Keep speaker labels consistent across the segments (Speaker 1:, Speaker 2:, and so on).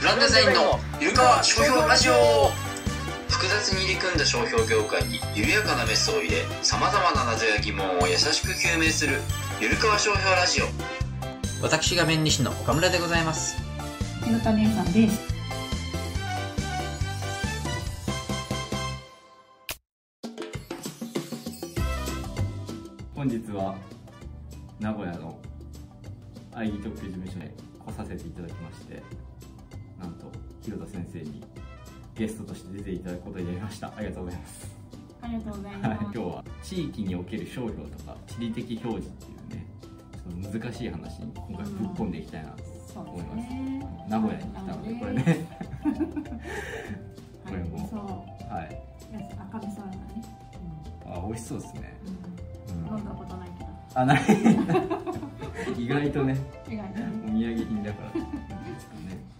Speaker 1: プランデザインのゆるかわ商標ラジオ複雑に入り組んだ商標業界に緩やかなメスを入れさまざまな謎や疑問を優しく究明するゆるかわ商標ラジオ私が面理士の岡村でございます
Speaker 2: 日向姉さんです。
Speaker 3: 本日は名古屋の ID 特急事務所へ来させていただきましてなんと広田先生にゲストとして出ていただくことになりましたありがとうございます
Speaker 2: ありがとうござい
Speaker 3: はい
Speaker 2: ま
Speaker 3: 今日は地域における商標とか地理的表示っていうねちょっと難しい話に今回ぶっ込んでいきたいなと
Speaker 2: す。そう
Speaker 3: 思い
Speaker 2: です
Speaker 3: ます、
Speaker 2: ね。
Speaker 3: 名古屋に来たのでこれねこれも
Speaker 2: そう
Speaker 3: はい
Speaker 2: やつ赤味噌ラーメンね。
Speaker 3: あ美味しそうですね、う
Speaker 2: うん
Speaker 3: ん
Speaker 2: 飲んだことないけど。
Speaker 3: あない意外とね
Speaker 2: 意外と
Speaker 3: お土
Speaker 2: ね。
Speaker 3: 産品だ から、ね、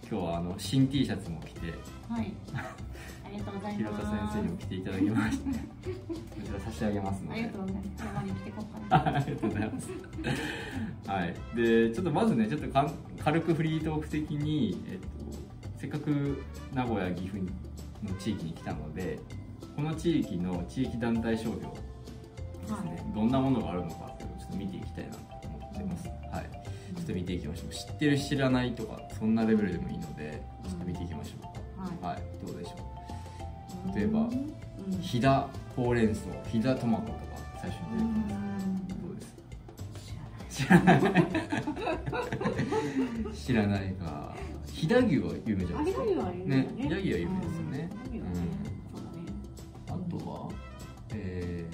Speaker 3: 今日はあの新 T シャツも着て
Speaker 2: はい。ありがとうござい
Speaker 3: 平田
Speaker 2: ます。
Speaker 3: 先生にも着ていただきましてこちら差し上げますの
Speaker 2: あ
Speaker 3: で
Speaker 2: りがとうございます。たまに来てこっかな。
Speaker 3: ありがとうございますはいでちょっとまずねちょっとかん軽くフリートーク的に、えっと、せっかく名古屋岐阜の地域に来たのでこの地域の地域団体商業ですね、
Speaker 2: は
Speaker 3: どんなものがあるのかっていうのをちょっと見ていきたいなと思ってます、はいちょっと見ていきましょう知ってる知らないとかそんなレベルでもいいのでちょっと見ていきましょうかはいどうでしょ
Speaker 2: はい
Speaker 3: 例えば
Speaker 2: うん
Speaker 3: う飛騨ほうれん草飛騨トマトとか最初
Speaker 2: う
Speaker 3: に出てき
Speaker 2: ん
Speaker 3: ますどうです知らないか飛騨牛は有名じゃな
Speaker 2: あ
Speaker 3: いです
Speaker 2: れが
Speaker 3: か
Speaker 2: 言われるよね。
Speaker 3: ねヤギは有名ですよね
Speaker 2: うんヤギはねそうだね。
Speaker 3: あとはえ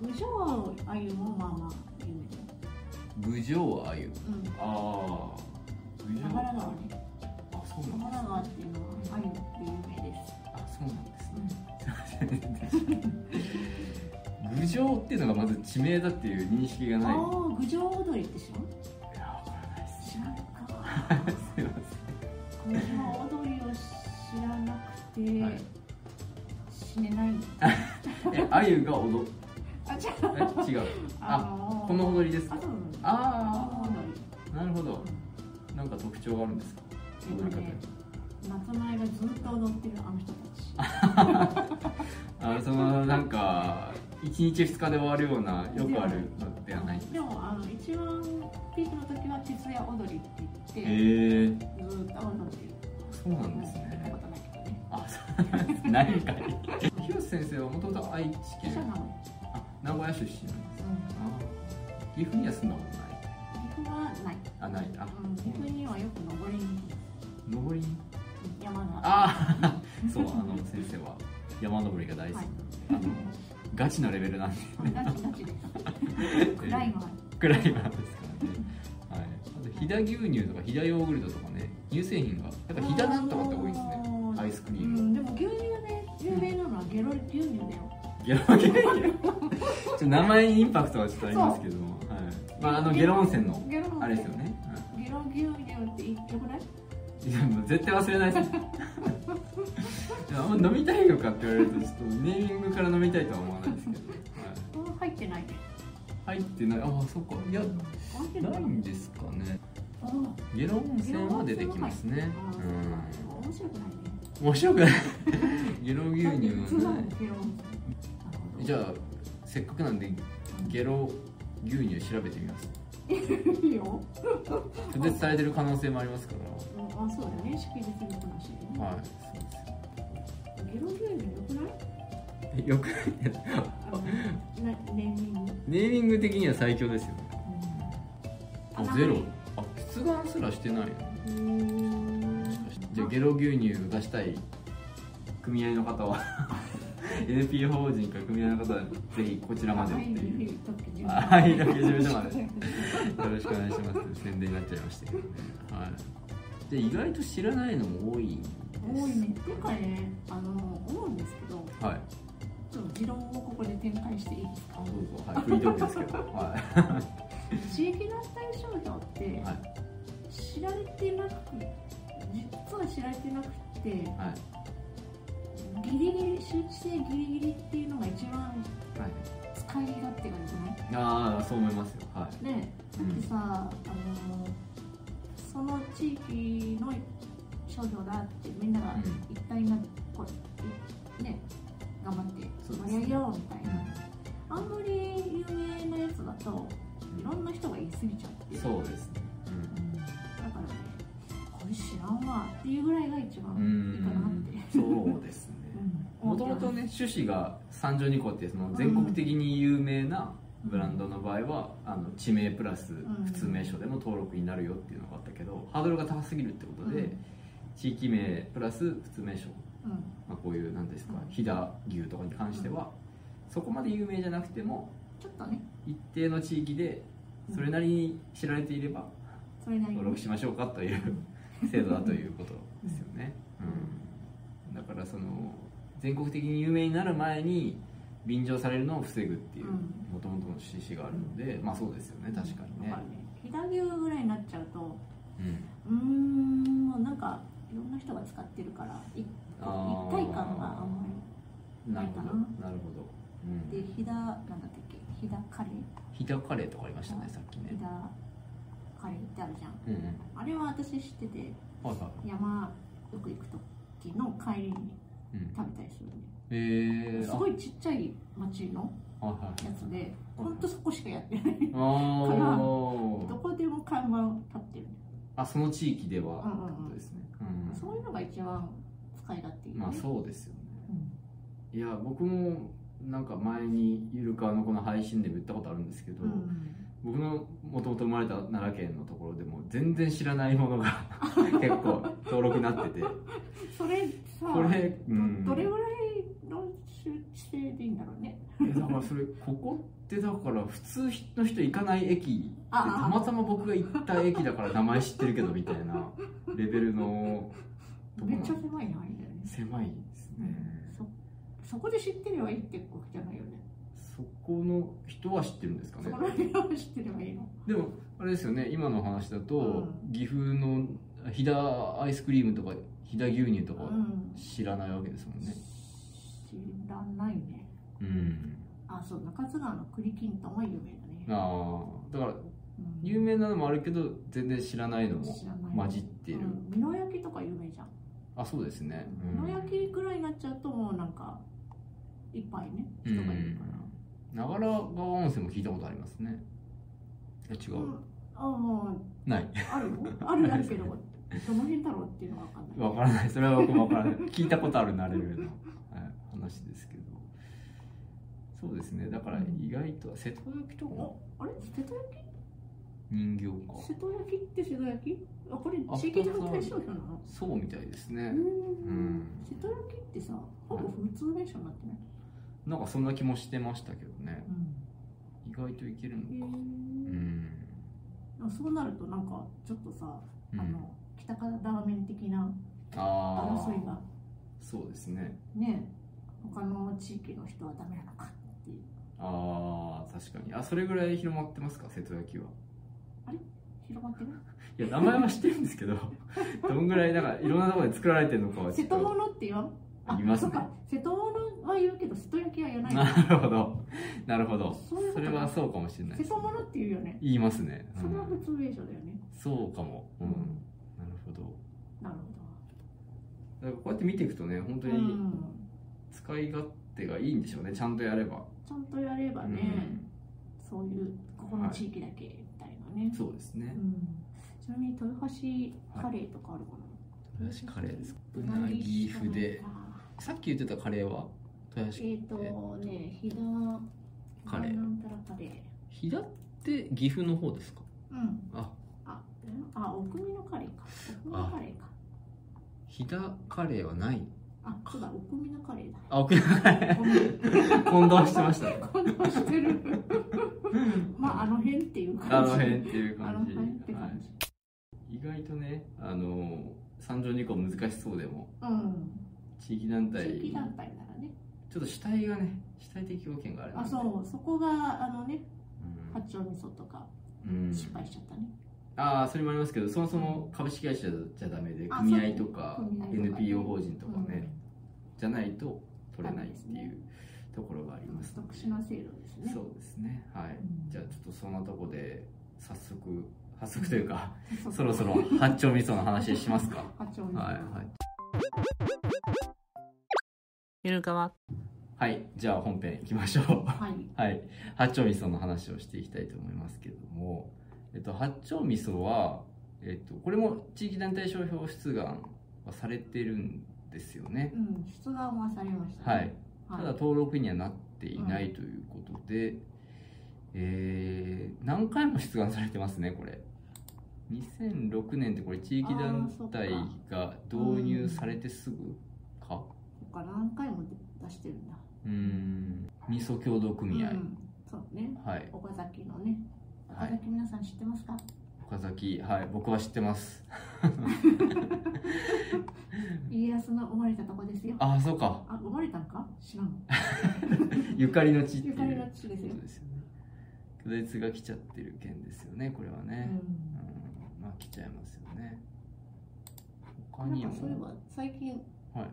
Speaker 2: 郡上はあゆもまあまあ有名
Speaker 3: ー、
Speaker 2: だよ。
Speaker 3: 郡上鮎
Speaker 2: うん。
Speaker 3: ああ郡上
Speaker 2: 長良川ね。
Speaker 3: あそう
Speaker 2: 長
Speaker 3: なんです
Speaker 2: 良川っていうのはあゆって有名です。
Speaker 3: あそうなんですね郡上っていうのがまず地名だっていう認識が
Speaker 2: あ
Speaker 3: ない
Speaker 2: あ、郡上踊りって知らん
Speaker 3: いやわからないです
Speaker 2: 知らんか。
Speaker 3: すいま
Speaker 2: 郡上踊りを知らなくて、
Speaker 3: はい
Speaker 2: 死ねない。
Speaker 3: せんえあゆが踊っ
Speaker 2: あ、違う。
Speaker 3: え違うあ
Speaker 2: のー
Speaker 3: この踊りです
Speaker 2: あ、
Speaker 3: か
Speaker 2: そうそうそう
Speaker 3: あ
Speaker 2: この踊り。
Speaker 3: あなるほどなんか特徴があるんですか踊り方に
Speaker 2: 夏の間ずっと踊ってるあの人たち。
Speaker 3: あそのなんか1日2日で終わるようなよくあるのではない
Speaker 2: でもあの一番ピークの時は徹夜踊りって
Speaker 3: へえ
Speaker 2: 言って、
Speaker 3: ー、
Speaker 2: ずーっと踊ってる。
Speaker 3: そうなんです
Speaker 2: やった
Speaker 3: ね
Speaker 2: ことないけどね。
Speaker 3: あそうなんですないんかい広瀬先生はもともと愛知
Speaker 2: 記者
Speaker 3: 県
Speaker 2: なの。
Speaker 3: あ名古屋出身なんです
Speaker 2: うん
Speaker 3: あー岐阜には住んだことない
Speaker 2: 岐阜はない。
Speaker 3: あないあ
Speaker 2: うん、岐阜にはよく登りに行く。
Speaker 3: 登りに
Speaker 2: 山が。
Speaker 3: ああそうあの先生は山登りが大好き
Speaker 2: はい
Speaker 3: なので、あのガチのレベルなんで
Speaker 2: ガチガチです。暗いのは。
Speaker 3: クライマーですからね、はい、あと飛騨牛乳とか飛騨ヨーグルトとかね乳製品がやっぱ飛騨なんとかって多いんですねアイスクリ
Speaker 2: う
Speaker 3: ーム
Speaker 2: ん、でも牛乳がね、有名なのはゲロ牛乳だよ。
Speaker 3: ゲロゲロちょっと名前にインパクトはちょっとありますけども、はいまあ、あのゲロ温泉の
Speaker 2: ゲロ温泉
Speaker 3: あれですよね、
Speaker 2: ゲロ牛乳って一曲ない。
Speaker 3: うんいやもう絶対忘れないですいやあんま飲みたいのかって言われるとちょっとネーミングから飲みたいとは思わないですけど、
Speaker 2: うん入ってないね。
Speaker 3: はい、入ってないああそっかいや
Speaker 2: 入って
Speaker 3: な
Speaker 2: ないい。
Speaker 3: んですかね
Speaker 2: うん
Speaker 3: ゲロ温泉は出てきますねうん
Speaker 2: 面白くないね。
Speaker 3: 面白くないゲロ牛乳はね
Speaker 2: 普通なのゲロ。
Speaker 3: じ
Speaker 2: ゃ
Speaker 3: ゃあせっかくなんでゲロ牛乳調べてみます
Speaker 2: いいよ。
Speaker 3: 拒絶されてる可能性もありますか
Speaker 2: うんあ、そうだね。識別の話で
Speaker 3: ら
Speaker 2: ね。
Speaker 3: はいそうで
Speaker 2: ゲロ牛乳良くない？
Speaker 3: すよよく
Speaker 2: あのなネーミング。
Speaker 3: ネーミング的には最強ですよね
Speaker 2: うん
Speaker 3: あゼロあ出願すらしてないよ
Speaker 2: うーん
Speaker 3: じゃあゲロ牛乳を出したい組合の方 は NPO 法人か組合の方はぜひこちらまでっていう
Speaker 2: う。
Speaker 3: あはいだけ事務所までよろしくお願いします宣伝になっちゃいましたけどねはいで意外と知らないのも多いんです
Speaker 2: 多いね。っていうかね、あの思うんですけど、
Speaker 3: はい
Speaker 2: ちょっと持論をここで展開していいです
Speaker 3: あ
Speaker 2: か？
Speaker 3: どうぞはいフリートークですけどは
Speaker 2: 地域団体商標って、
Speaker 3: いは
Speaker 2: 知られてなく、実は知られてなくて、
Speaker 3: いはい
Speaker 2: ギリギリ周知性ギリギリっていうのが一番
Speaker 3: はい
Speaker 2: 使い勝手が良くない？
Speaker 3: ああそう思いますよは
Speaker 2: ね、さっきさ、あのその地域の商標だってみんなが
Speaker 3: うん
Speaker 2: 一体になってこうね頑張って
Speaker 3: そうですね
Speaker 2: 盛り上げようみたいな、あんまり有名なやつだといろんな人が言い過ぎちゃって
Speaker 3: そうですね
Speaker 2: うんだからねこれ知らんわっていうぐらいが一番
Speaker 3: う
Speaker 2: いいかなっ
Speaker 3: ん
Speaker 2: て
Speaker 3: そうですねもともとね趣旨が三条二個っていうその全国的に有名なブランドの場合はあの地名プラス
Speaker 2: ん
Speaker 3: 普通名称でも登録になるよっていうのがあったけどハードルが高すぎるってこと
Speaker 2: う
Speaker 3: で
Speaker 2: ん
Speaker 3: 地域名プラス普通名称、
Speaker 2: うん
Speaker 3: まあ、こういう何ですか
Speaker 2: うん
Speaker 3: 飛騨牛とかに関してはそこまで有名じゃなくても
Speaker 2: ちょっとね
Speaker 3: 一定の地域でそれなりに知られていれば
Speaker 2: それなりに
Speaker 3: 登録しましょうかと いう制度だということですよね、うん、だからその全国的に有名になる前に便乗されるのを防ぐっていう
Speaker 2: うん
Speaker 3: もともとの趣旨があるのでまあそうですよね確かにね
Speaker 2: だら飛騨牛ぐらいになっちゃうと
Speaker 3: うん
Speaker 2: うーんもうなんかいろんな人が使ってるからい一
Speaker 3: あー
Speaker 2: 体感があんま
Speaker 3: なるほど
Speaker 2: ないか
Speaker 3: なるほど、う
Speaker 2: りで
Speaker 3: ん、
Speaker 2: 飛騨なんだったっけ飛騨カレー
Speaker 3: 飛騨カレーとかありましたねさっき
Speaker 2: 飛
Speaker 3: ね
Speaker 2: 騨カレーってあるじゃん
Speaker 3: うんうんはい
Speaker 2: あれは私知ってて
Speaker 3: は
Speaker 2: 山よく行く時の帰りに
Speaker 3: いうん
Speaker 2: 食べたりするね
Speaker 3: えー、
Speaker 2: す
Speaker 3: あ
Speaker 2: ごいちっちゃい町の
Speaker 3: はいはい
Speaker 2: やつでほんとそこしかやってない
Speaker 3: あ
Speaker 2: からど
Speaker 3: ー
Speaker 2: こでも看板立ってるね
Speaker 3: あその地域ではってことですね、うん
Speaker 2: そういうのが一番使い勝手いいよ
Speaker 3: まあ
Speaker 2: ね
Speaker 3: そうですよね
Speaker 2: うん
Speaker 3: いや僕もなんか前にゆるかわのこの配信でも言ったことあるんですけど、
Speaker 2: うん
Speaker 3: 僕のもともと生まれた奈良県のところでも全然知らないもの が結構登録になってて
Speaker 2: それさ
Speaker 3: これ、うん、
Speaker 2: どどれぐらいの周知性でいいんだろうね
Speaker 3: えだからそれここってだから普通の人行かない駅でた
Speaker 2: ああ
Speaker 3: またま僕が行った駅だから名前知ってるけどみたいなレベルのどこ
Speaker 2: め
Speaker 3: な
Speaker 2: っ
Speaker 3: ん
Speaker 2: ちゃ狭い範囲だよね
Speaker 3: 狭いですね
Speaker 2: そそこで知ってればいいってことじゃないよね
Speaker 3: そこの人は知ってるんですかね
Speaker 2: そこら辺を知ってればいいの
Speaker 3: でもあれですよね今の話だと、
Speaker 2: う
Speaker 3: 岐阜の飛騨アイスクリームとか飛騨牛乳とか
Speaker 2: うん
Speaker 3: 知らないわけですもんね
Speaker 2: 知らないね
Speaker 3: うん、
Speaker 2: あそう中津川の栗きんとんは有名だね、
Speaker 3: ああだから
Speaker 2: うん
Speaker 3: 有名なのもあるけど全然知らないのも
Speaker 2: 知らない
Speaker 3: 混じってる、
Speaker 2: うん美濃焼きとか有名じゃん
Speaker 3: あそうですね、うん
Speaker 2: 美濃焼きぐらいになっちゃうともうなんかいっぱいね人がいるから、
Speaker 3: 長良川温泉も聞いたことありますねいや違う、
Speaker 2: うんあも
Speaker 3: ない
Speaker 2: うあるよあるあるけどどの辺だろうっていうのが分かんない
Speaker 3: わからないそれは僕もわからない聞いたことあるなレベルの、はい、話ですけどそうですねだから意外と瀬戸焼きとかも
Speaker 2: おあれ瀬戸焼き
Speaker 3: 人形か
Speaker 2: 瀬戸焼きって瀬戸焼きあこれ
Speaker 3: あ
Speaker 2: 地域団体商標なの
Speaker 3: そうみたいです
Speaker 2: う
Speaker 3: ね
Speaker 2: ん
Speaker 3: ん
Speaker 2: 瀬戸焼きってさほぼ普通名称になってない、
Speaker 3: なんかそんな気もしてましたけどね
Speaker 2: う
Speaker 3: 意外といけるのかうん
Speaker 2: へ
Speaker 3: ん、
Speaker 2: えそうなるとなんかちょっとさ、
Speaker 3: うん、
Speaker 2: あの北方ラーメン的な
Speaker 3: あ
Speaker 2: 争い
Speaker 3: ー
Speaker 2: が
Speaker 3: そうですね
Speaker 2: ね他の地域の人はダメなのかっていう
Speaker 3: あー確かにあそれぐらい広まってますか瀬戸焼きは
Speaker 2: 広まってる
Speaker 3: いや名前は知ってるんですけ どどんぐらいなんかいろんなところで作られてるのかはちょ
Speaker 2: 瀬
Speaker 3: っ
Speaker 2: 戸
Speaker 3: と
Speaker 2: 物って言わんあ
Speaker 3: 言います
Speaker 2: そ
Speaker 3: ね
Speaker 2: っか瀬戸物は言うけど瀬戸焼きは言わない
Speaker 3: なるほどなるほど
Speaker 2: そういうこ
Speaker 3: それ
Speaker 2: とか
Speaker 3: はそうかもしれない
Speaker 2: 瀬
Speaker 3: です
Speaker 2: 戸物って言うよね
Speaker 3: 言いますね、う
Speaker 2: それは普
Speaker 3: ん、
Speaker 2: 通名称だよね
Speaker 3: そうかもうんなるほど
Speaker 2: なるほ
Speaker 3: だからこうやって見ていくとね本当
Speaker 2: ど、う
Speaker 3: に
Speaker 2: ん
Speaker 3: 使い勝手がいいんでしょうねちゃんとやれば
Speaker 2: ちゃんとやればね、そういうここの地域だけみたいなね、
Speaker 3: うん、そうですね
Speaker 2: うん、ちなみに豊橋カレーとかあるか
Speaker 3: 豊橋カレーですか
Speaker 2: な、
Speaker 3: うなぎ
Speaker 2: しかないな
Speaker 3: 筆さっき言ってたカレーは豊
Speaker 2: えっ
Speaker 3: 橋、
Speaker 2: とね飛騨
Speaker 3: カレー
Speaker 2: なんたらカレー
Speaker 3: 飛騨って岐阜の方ですか
Speaker 2: うん
Speaker 3: あ
Speaker 2: あうんあお国のカレーかお国のカレーか
Speaker 3: 飛騨カレーはない
Speaker 2: あそうだお国のカレーだ
Speaker 3: あ奥のカレー
Speaker 2: ごめん
Speaker 3: 混同してましたね
Speaker 2: 混同してるまああの辺っていう感じ
Speaker 3: あの辺っていう
Speaker 2: あの
Speaker 3: 感じ
Speaker 2: 辺って感じ、
Speaker 3: はい、意外とねあの三条二個難しそうでも
Speaker 2: うん
Speaker 3: 地域団体
Speaker 2: 地域団体ならね
Speaker 3: ちょっと主体がね主体的要件がある
Speaker 2: あそうそこがあのね
Speaker 3: うん
Speaker 2: 八丁味噌とか
Speaker 3: うん
Speaker 2: 失敗しちゃったね、
Speaker 3: ああそれもありますけどそもそも株式会社じゃダメで
Speaker 2: あ
Speaker 3: 組合とか
Speaker 2: そう組合とか
Speaker 3: NPO 法人とかね、じゃないと取れないっていうところがあり
Speaker 2: うん
Speaker 3: ますの
Speaker 2: 特
Speaker 3: で
Speaker 2: 殊な制度ですね
Speaker 3: そうですねはい、
Speaker 2: うん
Speaker 3: じゃあちょっとそんなとこで早速早速というかそろそろ八丁味噌の話します か
Speaker 2: 八丁味噌
Speaker 3: はいはい
Speaker 4: ゆるかわ
Speaker 3: はいじゃあ本編いきましょう
Speaker 2: はい
Speaker 3: はい、八丁味噌の話をしていきたいと思いますけれども、えっと、八丁味噌は、えっと、これも地域団体商標出願はされてるんですよね、
Speaker 2: うん出願はされました、
Speaker 3: はい、た
Speaker 2: は
Speaker 3: だ
Speaker 2: い、
Speaker 3: 登録にはなっていないということで、えー何回も出願されてますねこれ2006年ってこれ地域団体が導入されてすぐか
Speaker 2: 他何回も出してるんだ
Speaker 3: うーん味噌協同組合、
Speaker 2: うん、そうね
Speaker 3: はい
Speaker 2: 岡崎のね
Speaker 3: は
Speaker 2: 岡
Speaker 3: い
Speaker 2: 崎皆さん知ってますか、
Speaker 3: 岡崎はい僕は知ってます
Speaker 2: 家康の生まれたとこですよ
Speaker 3: ああそうか
Speaker 2: あ生まれたんか知らん
Speaker 3: ゆかりの地ってい
Speaker 2: ゆ
Speaker 3: う
Speaker 2: かりの地で
Speaker 3: こ
Speaker 2: すよ
Speaker 3: と、ですよね巨絶が来ちゃってる件ですよねこれは
Speaker 2: う
Speaker 3: ね、うん
Speaker 2: ん、
Speaker 3: まあ来ちゃいますよね他
Speaker 2: なん
Speaker 3: に
Speaker 2: かそういえば
Speaker 3: も
Speaker 2: 最近、
Speaker 3: はい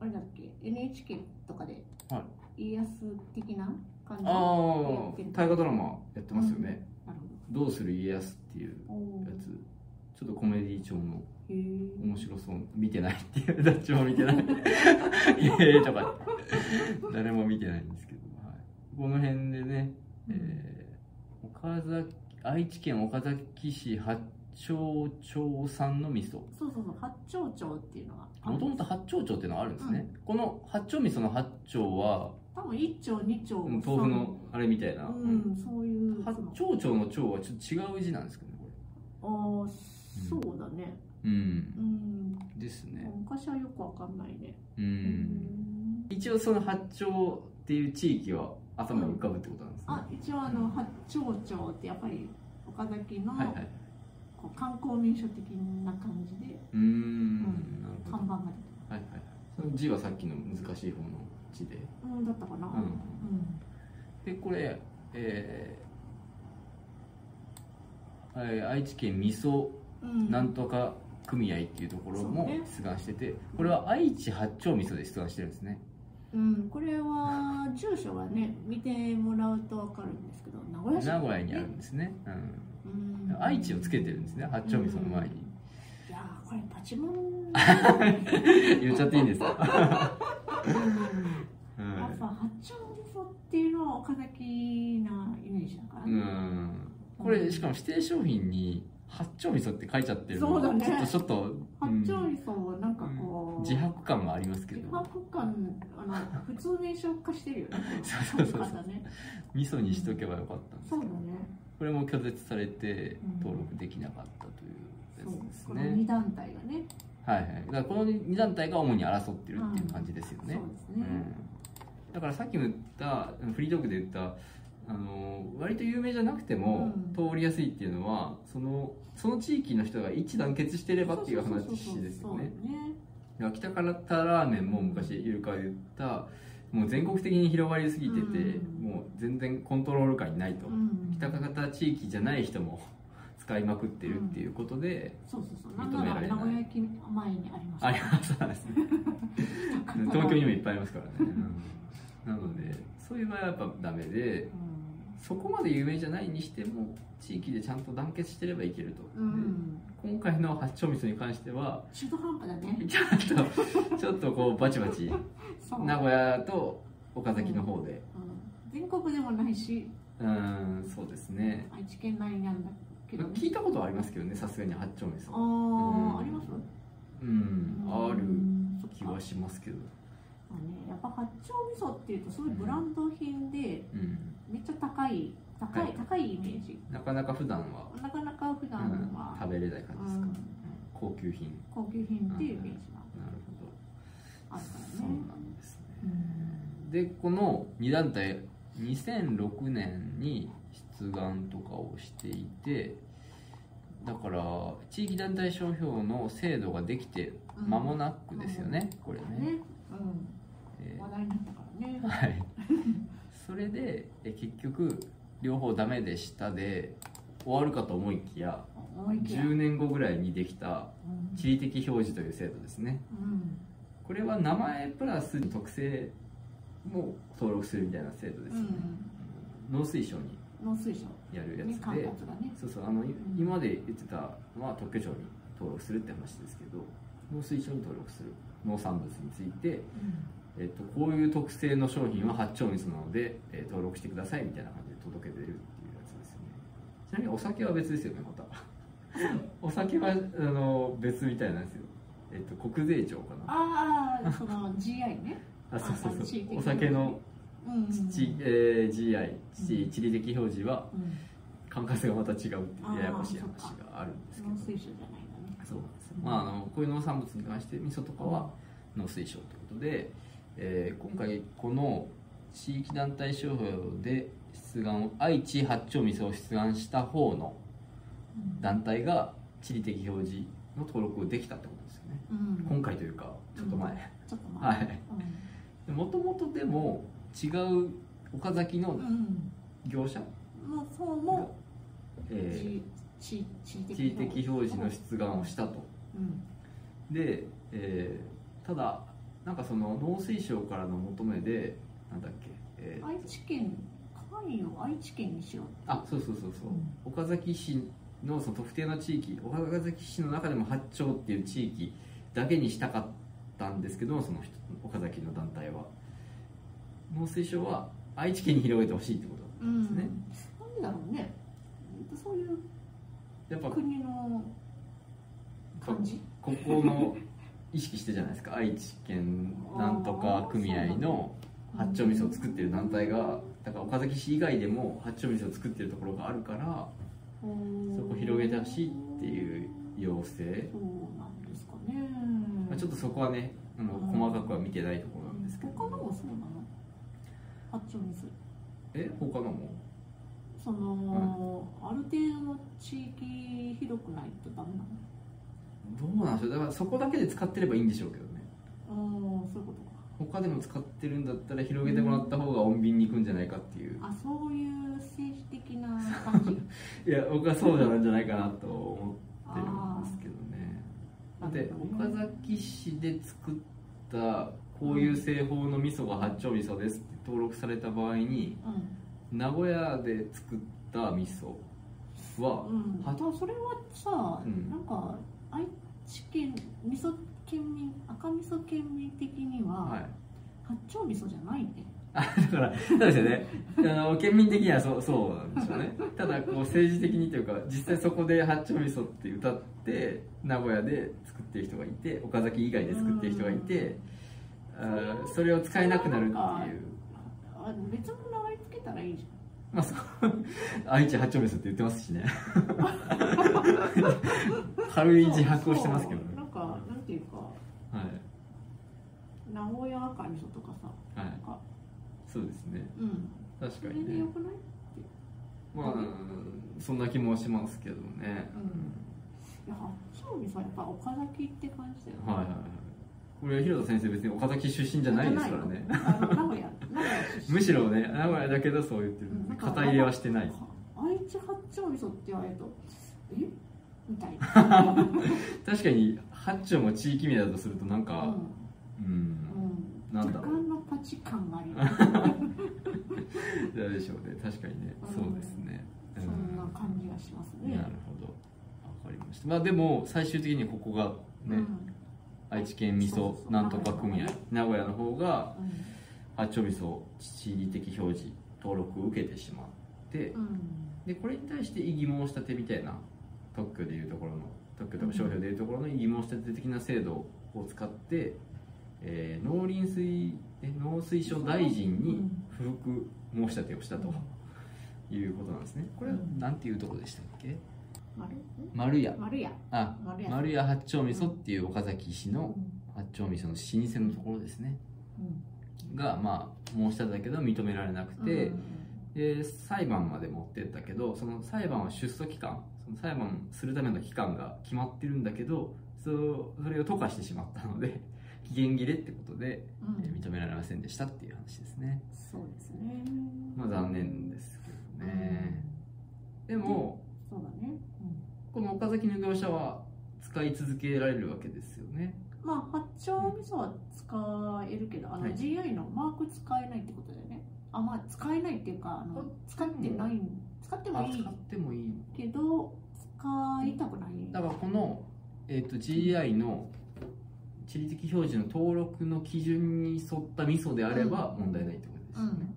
Speaker 2: あれだっけ NHK とかで、
Speaker 3: は
Speaker 2: 家康的な感じ
Speaker 3: ああ
Speaker 2: やってる
Speaker 3: 大河ドラマやってますよね、
Speaker 2: なる
Speaker 3: どうする家康っていう
Speaker 2: ほどお
Speaker 3: や
Speaker 2: ー
Speaker 3: つちょっとコメディ調の
Speaker 2: へー
Speaker 3: 面白そう見てないっていうどっちも見て ないいやいやとか誰も見てないんですけど、はい、この辺でねえー岡崎愛知県岡崎市八丁町産の味噌
Speaker 2: そうそうそう八丁町っていうのがある
Speaker 3: もとも
Speaker 2: んです
Speaker 3: と八丁町っていうのはあるんですね、この八丁味噌の八丁は
Speaker 2: 多分一丁二丁
Speaker 3: うん豆腐のあれみたい
Speaker 2: 三
Speaker 3: な、
Speaker 2: 丁うんそういう
Speaker 3: 八丁町の町はちょっと違う字なんですけどねこ
Speaker 2: あーそうだね
Speaker 3: れうん
Speaker 2: うん
Speaker 3: ですね
Speaker 2: 昔はよくわかんないね
Speaker 3: うん、
Speaker 2: うん
Speaker 3: 一応その八丁っていう地域は頭に浮かぶってことなんですね、
Speaker 2: あ一応あの八丁町ってやっぱり岡崎の
Speaker 3: はいはい
Speaker 2: こう観光名所的な感じで
Speaker 3: うーんなるほど
Speaker 2: 看板が出て
Speaker 3: はいはいその字はさっきの難しい方の字で
Speaker 2: るうんだったかな
Speaker 3: うん
Speaker 2: うん
Speaker 3: でこれ、えーえー愛知県みそ
Speaker 2: うん
Speaker 3: なんとか組合っていうところも
Speaker 2: そうね
Speaker 3: 出願してて、これは愛知八丁味噌で出願してるんですね
Speaker 2: うん、これは住所はね見てもらうとわかるんですけど名古屋市
Speaker 3: 名古屋にあるんですね、う
Speaker 2: うん
Speaker 3: ん、愛知をつけてるんですね八丁味噌の前に、
Speaker 2: いやーこれパチモン
Speaker 3: 言っちゃっていいんですか、 うん
Speaker 2: やっぱ八丁味噌っていうのは岡崎なイメージだから
Speaker 3: う
Speaker 2: ね、
Speaker 3: んこれしかも指定商品に八丁味噌って書いちゃってるの
Speaker 2: そうだね
Speaker 3: ちょっとちょっと、う
Speaker 2: 八
Speaker 3: ん
Speaker 2: 丁味噌もなんかこう、
Speaker 3: 自白感がありますけ
Speaker 2: 自
Speaker 3: ど
Speaker 2: 白感あの普通名称化してるよね
Speaker 3: そうそうそうそう
Speaker 2: この書き方ね
Speaker 3: 味噌にしとけばよかったんですけ
Speaker 2: そう
Speaker 3: ど
Speaker 2: だね
Speaker 3: これも拒絶されて
Speaker 2: うん
Speaker 3: 登録できなかったという
Speaker 2: そう
Speaker 3: やつです
Speaker 2: この
Speaker 3: ね
Speaker 2: 2、団体がね
Speaker 3: はいはいだからこの2団体が主に争ってるっていう感じですよね、
Speaker 2: そうです
Speaker 3: う
Speaker 2: ね、
Speaker 3: ん、だからさっきも言ったフリートークで言ったあの割と有名じゃなくても
Speaker 2: うん
Speaker 3: 通りやすいっていうのはそのその地域の人が一致団結してればっていう話です
Speaker 2: そ
Speaker 3: よ
Speaker 2: うだ
Speaker 3: ねだから北からたラーメンも昔ゆるかわで言ったもう全国的に広がりすぎてて、
Speaker 2: うん
Speaker 3: もう全然コントロール下にないと、
Speaker 2: うん
Speaker 3: 北方地域じゃない人も 使いまくってるっていうことで、
Speaker 2: そうそうそうな
Speaker 3: 認
Speaker 2: ん
Speaker 3: めら
Speaker 2: な
Speaker 3: れ
Speaker 2: ら
Speaker 3: ない
Speaker 2: 名古屋駅前にあります
Speaker 3: ありましたですね東京にもいっぱいありますからね、うんなのでそういう場合はやっぱダメで
Speaker 2: う
Speaker 3: そこまで有名じゃないにしても地域でちゃんと団結してればいけると、
Speaker 2: ん、うん、
Speaker 3: で今回の八丁味噌に関しては
Speaker 2: 中途半端だね
Speaker 3: ちょっとちょっとこうバチバチ
Speaker 2: そう、
Speaker 3: 名古屋と岡崎の方で
Speaker 2: うん、全国でもないし
Speaker 3: うんそうですね
Speaker 2: 愛知県内にあるんだけど、ね、
Speaker 3: 聞いたことはありますけどねさすがに八丁味
Speaker 2: あ
Speaker 3: 噌
Speaker 2: ー
Speaker 3: うん
Speaker 2: あります
Speaker 3: うんある
Speaker 2: そっか
Speaker 3: 気はしますけど
Speaker 2: まあねやっぱ八丁味噌っていうとすごいブランド品で
Speaker 3: うん
Speaker 2: めっちゃ高い高い、
Speaker 3: はい
Speaker 2: 高いイメージ
Speaker 3: なかなか普段は、
Speaker 2: なかなか普
Speaker 3: う
Speaker 2: 段
Speaker 3: ん
Speaker 2: は、
Speaker 3: 食べれない感じですか、
Speaker 2: うん
Speaker 3: 高級品
Speaker 2: 高級品っていうイメージが
Speaker 3: なるほど
Speaker 2: あるから
Speaker 3: そう
Speaker 2: ね、
Speaker 3: なんですね
Speaker 2: うん
Speaker 3: でこの2団体2006年に出願とかをしていてだから地域団体商標の制度ができて間もなくですよね、これね、
Speaker 2: ね、う
Speaker 3: え
Speaker 2: ん、
Speaker 3: ー
Speaker 2: 話題になったからね
Speaker 3: はい それでえ結局両方ダメでしたで終わるかと思いきや
Speaker 2: 思いきや、う
Speaker 3: 10年後ぐらいにできた
Speaker 2: ん
Speaker 3: 地理的表示という制度ですね
Speaker 2: うん
Speaker 3: これは名前プラス特性も登録するみたいな制度ですよね、農水省に
Speaker 2: 農水省
Speaker 3: やるや
Speaker 2: ね
Speaker 3: つ
Speaker 2: 管轄
Speaker 3: で、
Speaker 2: がね
Speaker 3: そうそうあのい今まで言ってたのは特許庁に登録するって話ですけど農水省に登録する農産物について、えっと、こういう特性の商品は八丁味噌なので、えー登録してくださいみたいな感じで届けてるっていうやつですよねちなみにお酒は別ですよね またお酒はあの別みたいなんですよえっと国税庁かな
Speaker 2: ああその GI ね
Speaker 3: あそうそう
Speaker 2: あ地
Speaker 3: そ
Speaker 2: 域的
Speaker 3: う
Speaker 2: な
Speaker 3: お酒の
Speaker 2: うん
Speaker 3: 地、えー GI 地
Speaker 2: うん
Speaker 3: 地理的表示は
Speaker 2: うん
Speaker 3: 管轄がまた違うっていうややこしい話があるんですけど
Speaker 2: 農水省じゃないんだね
Speaker 3: そうなんですよまああのこういう農産物に関して味噌とかは農水省ということで、えー今回この地域団体商標で出願を愛知八丁味噌を出願した方の団体が地理的表示の登録をできたってことですよね、
Speaker 2: うん
Speaker 3: 今回というかちょっと前、
Speaker 2: ちょっと
Speaker 3: は
Speaker 2: 待って
Speaker 3: いもともとでも違う岡崎の
Speaker 2: うんうん
Speaker 3: 業者が、
Speaker 2: もうそうも
Speaker 3: え
Speaker 2: 地地地
Speaker 3: ー
Speaker 2: 域
Speaker 3: 地理的表示の出願をしたと
Speaker 2: うん
Speaker 3: で、えーただなんかその農水省からの求めでなんだっけ、えー
Speaker 2: 愛知県会を愛知県にしよう
Speaker 3: あそうそうそうそう、岡崎市のその特定の地域岡崎市の中でも八丁っていう地域だけにしたかったんですけどその人岡崎の団体は農水省は愛知県に広げてほしいってこと
Speaker 2: うん
Speaker 3: ね
Speaker 2: なんでだろうねそういう
Speaker 3: やっぱ
Speaker 2: 国の感じ
Speaker 3: ここの意識してじゃないですか愛知県なんとか組合の八丁味噌を作ってる団体がだから岡崎市以外でも八丁味噌を作ってるところがあるからそ
Speaker 2: そ
Speaker 3: こ広げてほしいっていう要請、
Speaker 2: そうなんですかね、
Speaker 3: まあ、ちょっとそこはねあの細かくは見てないところなんですけど
Speaker 2: 他のもそうなの八丁水
Speaker 3: え他のも
Speaker 2: その、ある程度の地域広くないとダメな
Speaker 3: どうなんでしょうだからそこだけで使ってればいいんでしょうけどね
Speaker 2: のああそういうことか
Speaker 3: 他でも使ってるんだったら広げてもらった方が穏便に行くんじゃないかっていう
Speaker 2: あそういう政治的な感 じ
Speaker 3: いや僕はそうじゃないんじゃないかなと思ってってるん
Speaker 2: あ
Speaker 3: ですけどね
Speaker 2: あ
Speaker 3: だって岡崎市で作ったこういう製法の味噌が八丁味噌ですって登録された場合に
Speaker 2: あうん
Speaker 3: 名古屋で作った味噌は
Speaker 2: うん、
Speaker 3: は
Speaker 2: あとそれはさ、
Speaker 3: うん
Speaker 2: なんか愛知県味噌県民赤味噌県民的には、
Speaker 3: はい
Speaker 2: 八丁味噌じゃないね
Speaker 3: だからそうですよねあの県民的にはそうそうなんでしょうねただこう政治的にというか実際そこで八丁味噌って歌って名古屋で作ってる人がいて岡崎以外で作ってる人がいてあーそれを使えなくなるっていう
Speaker 2: あ別の名前つけたらいいじ
Speaker 3: まあ、そう 愛知八丁味噌って言ってますしね 軽い
Speaker 2: ゃん
Speaker 3: 自白をしてますけど
Speaker 2: そう
Speaker 3: ね
Speaker 2: なんかなんていうか
Speaker 3: はい
Speaker 2: 名古屋赤味噌とかさ
Speaker 3: はい
Speaker 2: なんか
Speaker 3: そうですね
Speaker 2: うん
Speaker 3: 確
Speaker 2: そ
Speaker 3: か
Speaker 2: れ
Speaker 3: に
Speaker 2: で
Speaker 3: ね
Speaker 2: よくない
Speaker 3: まあそんな気もしますけどね、
Speaker 2: いや八丁味噌はやっぱ岡崎って感じだよね
Speaker 3: はいはいはいこれ広田先生別に岡崎出身じゃないですからね
Speaker 2: じゃないのあの名古屋名古屋出身
Speaker 3: むしろね名古屋だけどそう言ってる
Speaker 2: うんなんか
Speaker 3: 肩入れはしてない
Speaker 2: 愛知八丁味噌って言われるとえみたい な、うん
Speaker 3: 確かに八丁も地域名だとするとなんかうん、
Speaker 2: うん、
Speaker 3: なんだ
Speaker 2: 時
Speaker 3: ろう
Speaker 2: 間のパチ感があります
Speaker 3: どうでしょうね確かにね、
Speaker 2: うん
Speaker 3: そうですねう
Speaker 2: そんな感じがしますね
Speaker 3: なるほどわかりましたまあでも最終的にここがね、
Speaker 2: うん
Speaker 3: 愛知県味
Speaker 2: そう
Speaker 3: 噌
Speaker 2: そう
Speaker 3: なんとか組合名古屋の方が
Speaker 2: うん
Speaker 3: 八丁味噌地理的表示登録を受けてしまって
Speaker 2: うん
Speaker 3: でこれに対して異議申し立てみたいな特許でいうところの特許とか商標でいうところの異議申し立て的な制度を使って、えー農林水え農水省大臣に不服申し立てをしたということなんですねこれはなんていうとこでしたっけ
Speaker 2: 丸
Speaker 3: 丸屋
Speaker 2: 丸や
Speaker 3: あ
Speaker 2: 丸や
Speaker 3: 丸屋八丁味噌っていう岡崎市
Speaker 2: う
Speaker 3: の
Speaker 2: ん
Speaker 3: 八丁味噌の老舗のところですね
Speaker 2: うん
Speaker 3: がまあ申し立てだけど認められなくて、
Speaker 2: うん
Speaker 3: で裁判まで持ってったけどその裁判は出訴期間その裁判するための期間が決まってるんだけどそうそれを溶かしてしまったので 期限切れってことで、
Speaker 2: うん
Speaker 3: えー認められませんでしたっていう話ですね
Speaker 2: そうですね
Speaker 3: まあ残念ですけどねでも
Speaker 2: そうだねうん
Speaker 3: この岡崎の業者は使い続けられるわけですよね
Speaker 2: まあ八丁味噌は使えるけどあの
Speaker 3: はい
Speaker 2: GI のマーク使えないってことだよねあまあ使えないっていうかあの使ってないん使っても
Speaker 3: あ
Speaker 2: いい
Speaker 3: 使ってもいい
Speaker 2: けど使いたくない
Speaker 3: だからこの、えっと GI の地理的表示の登録の基準に沿ったミソであれば問題ないってことです
Speaker 2: う
Speaker 3: よね、
Speaker 2: ん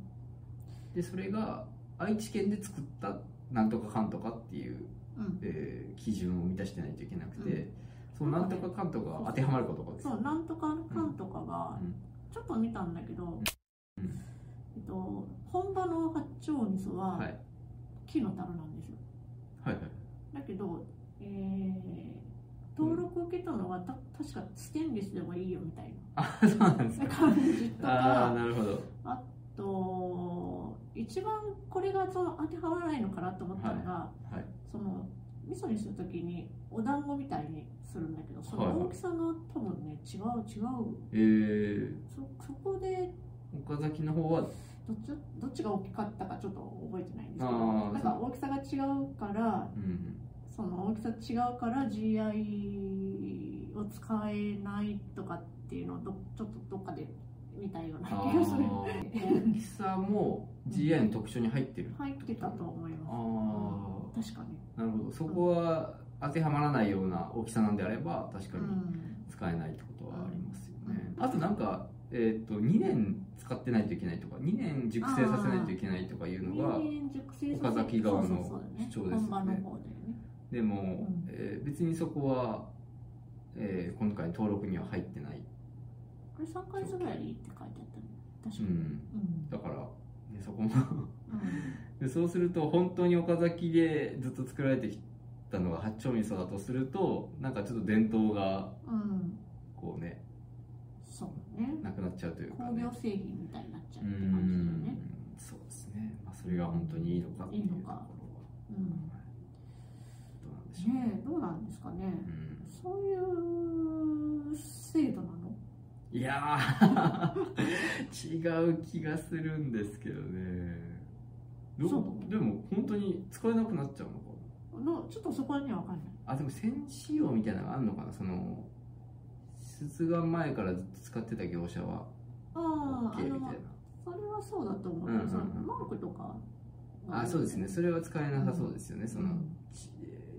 Speaker 3: でそれが愛知県で作ったなんとかかんとかっていう、
Speaker 2: うん
Speaker 3: えー基準を満たしてないといけなくて、
Speaker 2: う
Speaker 3: そのなんとかかんとかが当てはまるかどうかです
Speaker 2: そうなんとかかんとかが
Speaker 3: うん
Speaker 2: ちょっと見たんだけど、
Speaker 3: うん
Speaker 2: えっと、本場の八丁味噌は
Speaker 3: はい
Speaker 2: 木の樽なんですよ
Speaker 3: はいはい
Speaker 2: だけど、えー登録受けたのはた確かステンレスでもいいよみたい
Speaker 3: あそうなんです
Speaker 2: な
Speaker 3: か
Speaker 2: 感じと
Speaker 3: ああ
Speaker 2: か
Speaker 3: なるほど
Speaker 2: あと一番これがその当てはまらないのかなと思ったのが、
Speaker 3: はい
Speaker 2: その味噌にするときにお団子みたいにするんだけどそ
Speaker 3: はいは
Speaker 2: の
Speaker 3: い
Speaker 2: 大きさの多分ね違う違う
Speaker 3: えー、
Speaker 2: そそこで
Speaker 3: 岡崎の方は
Speaker 2: どっちどっちが大きかったかちょっと覚えてないんですけど
Speaker 3: あー
Speaker 2: なんか大きさが違うから
Speaker 3: うん
Speaker 2: その大きさ違うから GI を使えないとかっていうのをどちょっとどっかで見たような
Speaker 3: あ
Speaker 2: 気がする
Speaker 3: ー大きさも GI の特徴に入ってる
Speaker 2: 入ってたと思い
Speaker 3: あ
Speaker 2: ま
Speaker 3: あ
Speaker 2: す確かに、
Speaker 3: なるほどそこは当てはまらないような大きさなんであれば確か
Speaker 2: う
Speaker 3: に
Speaker 2: ん、
Speaker 3: 使えないってことはありますよね、
Speaker 2: うん
Speaker 3: あとなんか、えー、と2年使ってないといけないとか2年熟成させないといけないとかいうのが
Speaker 2: 人間熟成させ
Speaker 3: 岡崎側の
Speaker 2: そうそうそうだね
Speaker 3: 主張ですよね
Speaker 2: 本場の方だよね
Speaker 3: でも、
Speaker 2: うん
Speaker 3: えー別にそこは、えー今回登録には入ってない、
Speaker 2: これ3ヶ月ぐらいでいいって書いてあったね確
Speaker 3: う
Speaker 2: かに、
Speaker 3: ん、
Speaker 2: うん
Speaker 3: だから、ね、そこも でそうすると本当に岡崎でずっと作られてきたのが八丁味噌だとするとなんかちょっと伝統が
Speaker 2: うん、うん、
Speaker 3: こうね
Speaker 2: そうね
Speaker 3: なくなっちゃうというか
Speaker 2: 工
Speaker 3: ね
Speaker 2: 業製品みたいになっちゃう
Speaker 3: う
Speaker 2: っ
Speaker 3: ー
Speaker 2: て感じだよね
Speaker 3: んそうですね、まあ、それが本当にいいのかっていうところは
Speaker 2: うん
Speaker 3: どうなんでしょうね
Speaker 2: ねえどうなんですかね、
Speaker 3: うん
Speaker 2: そういう制度なの
Speaker 3: いやー違う気がするんですけどねどう
Speaker 2: そう
Speaker 3: でも本当に使えなくなっちゃうのか
Speaker 2: のちょっとそこには分かんない
Speaker 3: なあでも戦仕様みたいなのがあるのかなその出願前からずっと使ってた業者は
Speaker 2: あああ
Speaker 3: OK みたい
Speaker 2: のそれはそうだと思うけど、
Speaker 3: うんうんうん
Speaker 2: そのマークとか
Speaker 3: なあそうですねそれは使えなさそうですよね、その
Speaker 2: うん
Speaker 3: ち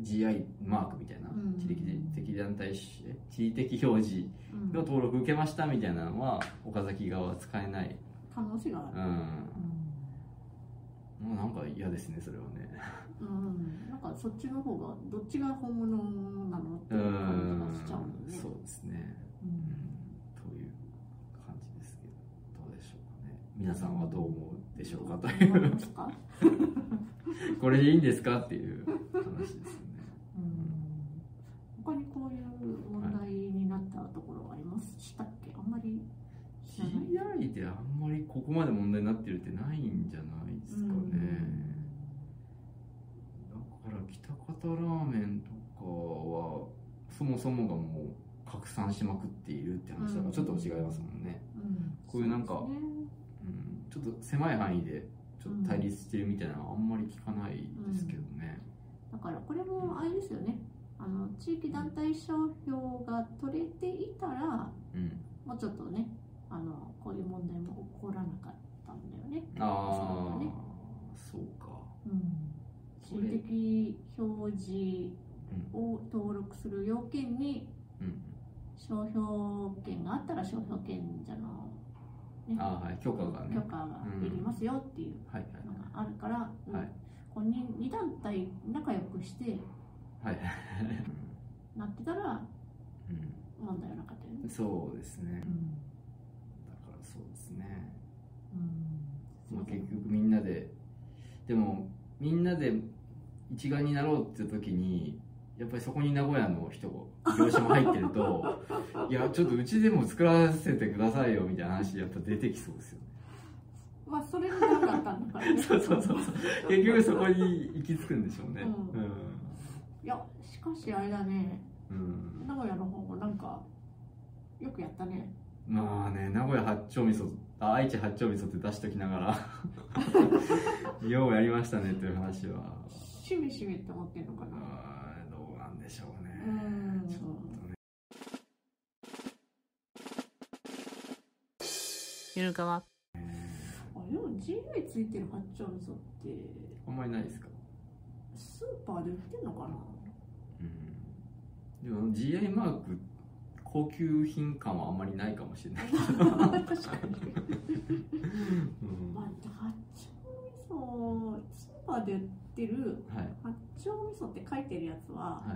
Speaker 3: GI マークみたいな、
Speaker 2: うん
Speaker 3: 地理的団体し地理的表示
Speaker 2: うん
Speaker 3: の登録受けましたみたいなのは岡崎側は使えない
Speaker 2: 可能性があ
Speaker 3: う
Speaker 2: る
Speaker 3: んもうなんか嫌ですねそれはね
Speaker 2: うん、うん、なんかそっちの方がどっちが本物なのって
Speaker 3: う
Speaker 2: い
Speaker 3: ん
Speaker 2: う感じがしちゃうもんね
Speaker 3: そうですね
Speaker 2: うん
Speaker 3: うんという感じですけどどうでしょうかね皆さんはどう思うでしょうかとい
Speaker 2: 思いうますか
Speaker 3: これでいいんですかっていう話ですよね
Speaker 2: うん他にこういう問題になったところはありましたっけあんまり知らない
Speaker 3: GI であんまりここまで問題になってるってないんじゃないですかね、だから喜多方ラーメンとかはそもそもがもう拡散しまくっているって話だか
Speaker 2: うん
Speaker 3: らちょっと違いますもんね、
Speaker 2: うん
Speaker 3: こういうなんか
Speaker 2: そうですね
Speaker 3: うんちょっと狭い範囲でちょっと対立してるみたいなのはあんまり聞かないですけどね、
Speaker 2: だからこれもあれですよねあの地域団体商標が取れていたら
Speaker 3: うん
Speaker 2: もうちょっとねあのこういう問題も起こらなかったんだよね、
Speaker 3: ああ
Speaker 2: そうだね
Speaker 3: そうか
Speaker 2: 地理的表示を登録する要件に
Speaker 3: うん
Speaker 2: 商標権があったら商標権者の、ね、
Speaker 3: ああはい許可がね
Speaker 2: 許可がいりますよっていう
Speaker 3: はい
Speaker 2: のがあるから、うん
Speaker 3: はい
Speaker 2: こうに二団体仲良くして
Speaker 3: はいはい
Speaker 2: なってたら
Speaker 3: うん
Speaker 2: 問題はなかったよね
Speaker 3: うん、そうですねだからそうですねまあ、結局みんなででもみんなで一丸になろうって時にやっぱりそこに名古屋の人業者も入ってる といやちょっとうちでも作らせてくださいよみたいな話やっぱ出てきそうですよね
Speaker 2: まあそれがなかったんだからね
Speaker 3: そう そうそう結局そこに行き着くんでしょうね
Speaker 2: ういやしかしあれだね
Speaker 3: うん、うん
Speaker 2: 名古屋の方もなんかよくやったね
Speaker 3: まあね名古屋八丁味噌あ愛知八丁味噌って出しときなが らようやりましたねっていう話は
Speaker 2: しめしめって思ってんのかな
Speaker 3: あーどうなんでしょうね
Speaker 2: うん
Speaker 3: ちょっとね
Speaker 4: ゆるかわ
Speaker 2: あでも GI ついてる八丁味噌って
Speaker 3: あんまりないですか
Speaker 2: スーパーで売ってんの かな
Speaker 3: でも GI マーク高級品感はあんまりないかもしれない、
Speaker 2: 確かに
Speaker 3: うん
Speaker 2: まあ八丁味噌スーパーで売ってる
Speaker 3: はい
Speaker 2: 八丁味噌って書いてるやつ
Speaker 3: は
Speaker 2: は、
Speaker 3: い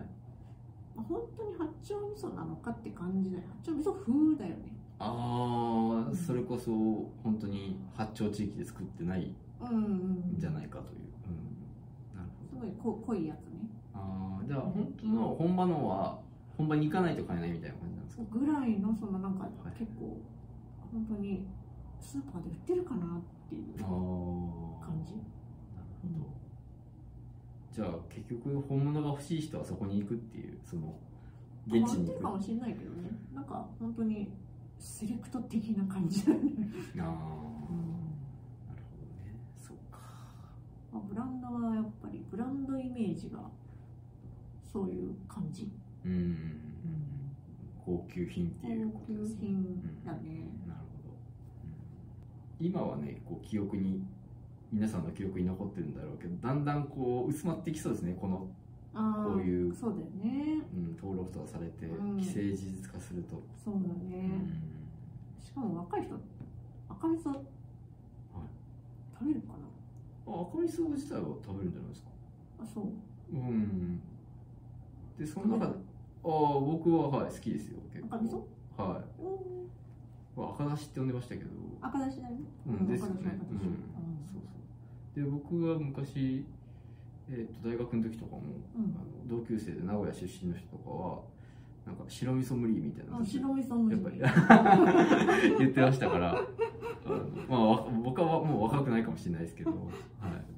Speaker 2: まあ本当に八丁味噌なのかって感じない八丁味噌風だよね
Speaker 3: ああそれこそ本当に八丁地域で作ってないん
Speaker 2: うんうん
Speaker 3: じゃないいかという、うん、なる
Speaker 2: すごい濃濃いやつね
Speaker 3: ほどああじゃあ本当の本場のは本場に行かないと買えないみたいな感じなんですか
Speaker 2: ぐらいのそのなんか
Speaker 3: い
Speaker 2: 結構本当にスーパーで売ってるかなっていう
Speaker 3: ああ
Speaker 2: 感じ
Speaker 3: なるほどじゃあ結局本物が欲しい人はそこに行くっていうその現地
Speaker 2: 変わっ
Speaker 3: に
Speaker 2: て
Speaker 3: 行
Speaker 2: る
Speaker 3: く
Speaker 2: かもしれないけどねなんか本当にセレクト的な感じだね、
Speaker 3: ああな
Speaker 2: うん
Speaker 3: るほどねそうか
Speaker 2: まあ、ブランドはやっぱりブランドイメージがそういう感じ
Speaker 3: うん高級品っていうことですね
Speaker 2: 品だね、
Speaker 3: なるほど、うん今はねこう記憶に皆さんの記憶に残ってるんだろうけどだんだんこう薄まってきそうですねこの、
Speaker 2: ああ
Speaker 3: こういう
Speaker 2: そうだよね
Speaker 3: うん、登録とかされて
Speaker 2: うん
Speaker 3: 既成事実化すると、
Speaker 2: そうだ
Speaker 3: う
Speaker 2: ね、
Speaker 3: ん
Speaker 2: しかも若い人赤味噌、食べるかな
Speaker 3: あ赤味噌自体は食べるんじゃないですか
Speaker 2: あそう
Speaker 3: うんでその中でああ僕ははい好きですよ結構
Speaker 2: 赤味噌
Speaker 3: はい
Speaker 2: うん
Speaker 3: これ赤だしって呼んでましたけど
Speaker 2: 赤だしだよね
Speaker 3: うん、ですよ
Speaker 2: わかる
Speaker 3: ね
Speaker 2: わか。
Speaker 3: うん、
Speaker 2: る
Speaker 3: そうそう。で、僕は昔、えっと大学の時とかも、
Speaker 2: うん
Speaker 3: あの同級生で名古屋出身の人とかは、なんか白味噌無理みたいな
Speaker 2: あ
Speaker 3: のずっと
Speaker 2: 白味噌無
Speaker 3: やっ
Speaker 2: 理
Speaker 3: ぱり 言ってましたから、あのまあわ僕はもう若くないかもしれないですけど、はい、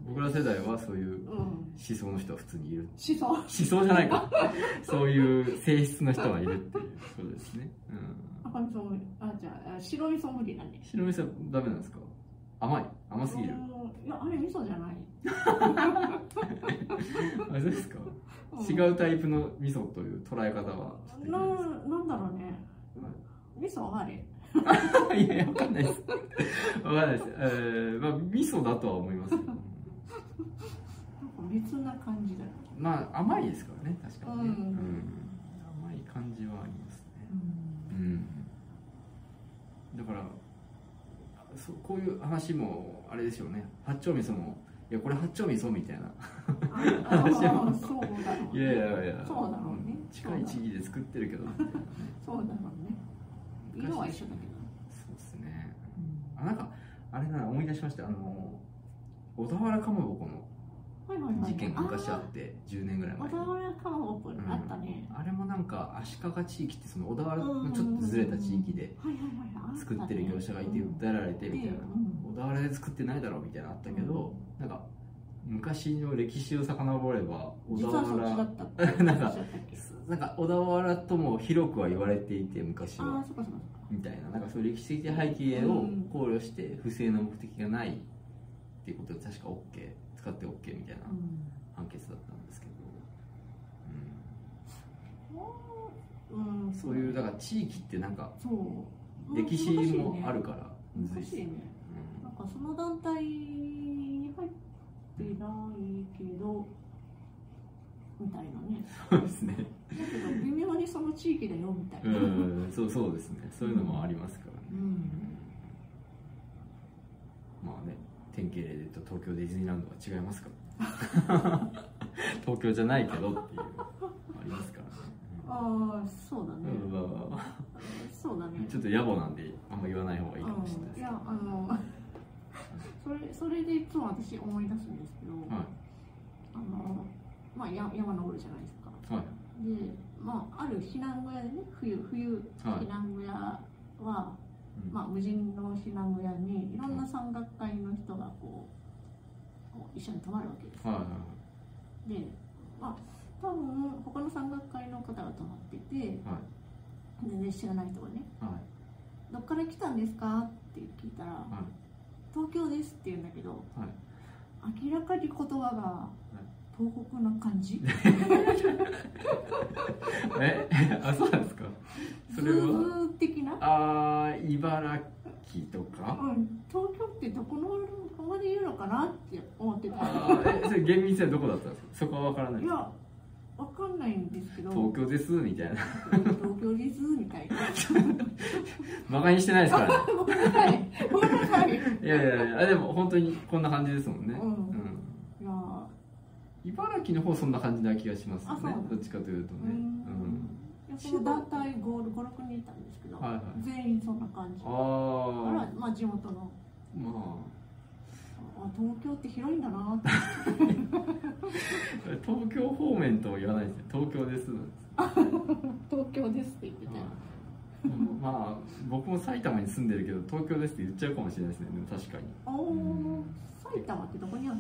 Speaker 3: 僕ら世代はそういう
Speaker 2: う
Speaker 3: 思
Speaker 2: ん
Speaker 3: 想の人は普通にいる。
Speaker 2: しそ
Speaker 3: 思想じゃないか。そういう性質の人はいるっていうことですね。うん、
Speaker 2: 赤味噌無理あじゃああ白味噌無理だね
Speaker 3: 白味噌ダメなんですか甘い甘すぎる。
Speaker 2: うんいやあれ味噌じゃない、
Speaker 3: あれですか
Speaker 2: うん
Speaker 3: 違うタイプの味噌という捉え方はち
Speaker 2: な
Speaker 3: ょっ
Speaker 2: なんだろうね味噌あれ
Speaker 3: と できないですいやいやわかんないですわかんないです、えーまあ、味噌だとは思いますけ ど
Speaker 2: なんか別な感じだよ
Speaker 3: まあ甘いですからね確かにね、う
Speaker 2: うん
Speaker 3: ん甘い感じはありますね
Speaker 2: うん
Speaker 3: うんだからそうこういう話もあれでしょうね八丁味噌もいやこれ八丁味噌みたいな
Speaker 2: あ あそうだろう
Speaker 3: い
Speaker 2: ね
Speaker 3: やいやいや
Speaker 2: そうだろうね
Speaker 3: ん近い地域で作ってるけどみたいなね
Speaker 2: そうだろうね 色は一緒だけど
Speaker 3: そうですねあなんかあれな思い出しましたあの小田原かまぼこ
Speaker 2: はいはいはい
Speaker 3: の事件が昔あって10年ぐらい
Speaker 2: あー小
Speaker 3: 前
Speaker 2: 田原かまぼこあったね、
Speaker 3: あれもなんか足利地域ってその小田原のちょっとずれた地域で
Speaker 2: はいはいはいはい
Speaker 3: 作ってる業者がいて
Speaker 2: うん
Speaker 3: 訴えられてみたいな
Speaker 2: うん
Speaker 3: 小田原で作ってないだろうみたいなのあったけどなんか昔の歴史を遡れば小
Speaker 2: 実
Speaker 3: 田
Speaker 2: はそっちだ
Speaker 3: 原
Speaker 2: ったっ て
Speaker 3: なんか
Speaker 2: おっしゃったっけ
Speaker 3: なんか小田原とも広くは言われていて昔
Speaker 2: ああ
Speaker 3: は
Speaker 2: そっかそっか
Speaker 3: みたいななんかそういう歴史的背景を考慮して不正な目的がないっていうことで確か OK 使って OK みたいな
Speaker 2: うん
Speaker 3: 判決だったんですけど、
Speaker 2: うん
Speaker 3: そういうだから地域ってなんか
Speaker 2: そう
Speaker 3: 歴史もあるからむずい
Speaker 2: 難
Speaker 3: っす
Speaker 2: し
Speaker 3: ね
Speaker 2: いねなんかその団体に入ってないけどみたいなね
Speaker 3: うんそうですね
Speaker 2: だけど微妙にその地域だよみたいうな、
Speaker 3: んそうそうですねそういうのもありますからね、
Speaker 2: うん
Speaker 3: まあね典型例で言うと東京ディズニーランドは違いますから 東京じゃないけどっていうありますからね、
Speaker 2: ああそうだね、
Speaker 3: うんまあまあまあ
Speaker 2: そうだね
Speaker 3: ちょっと野暮なんであんま言わない方がいいかもしれないですけ
Speaker 2: うんい
Speaker 3: ど
Speaker 2: やあの それそれでいつも私思い出すんですけど、
Speaker 3: は
Speaker 2: あのまあや山登るじゃないですか
Speaker 3: いはい
Speaker 2: でまあある避難小屋でね冬冬
Speaker 3: はい
Speaker 2: 避難小屋は、
Speaker 3: うん
Speaker 2: まあ、無人の避難小屋にいろんな山岳会の人がこうこう一緒に泊まるわけです
Speaker 3: はいはい
Speaker 2: でまあ多分他の山岳会の方が泊まってて、
Speaker 3: は
Speaker 2: 全然知らない人がね
Speaker 3: はい
Speaker 2: どっから来たんですかって聞いたら、東京ですって言うんだけど、
Speaker 3: は
Speaker 2: 明らかに言葉が東北の感じ、
Speaker 3: え あそうなんですか
Speaker 2: ズ
Speaker 3: それは
Speaker 2: ー的な
Speaker 3: あー茨キとか
Speaker 2: うん、東京ってどこのこまで言うのかなって思ってた
Speaker 3: あーえそれ厳密にはどこだったんですかそこは分からない
Speaker 2: いやわかんないんですけど
Speaker 3: 東京ですみたいな
Speaker 2: 東京ですみたいな
Speaker 3: 馬鹿にしてないですからね
Speaker 2: ごめんな さいごめんなさいい
Speaker 3: いやいやいやあでも本当にこんな感じですもんね、
Speaker 2: うんや
Speaker 3: 茨城の方そんな感じな気がしますよね
Speaker 2: あそう
Speaker 3: どっちかというとね
Speaker 2: う
Speaker 3: うんん、
Speaker 2: いやその団体56人いたんですけど、
Speaker 3: はいはい
Speaker 2: 全員そんな感
Speaker 3: あ
Speaker 2: じだから
Speaker 3: あ
Speaker 2: まあ地元の
Speaker 3: ま
Speaker 2: あ東京って広いんだな って
Speaker 3: あ東京方面とは言わないですね東京ですなんです
Speaker 2: 東京ですって言ってたよ
Speaker 3: うんまあ僕も埼玉に住んでるけど東京ですって言っちゃうかもしれないですねでも確かに
Speaker 2: あー埼玉ってどこにある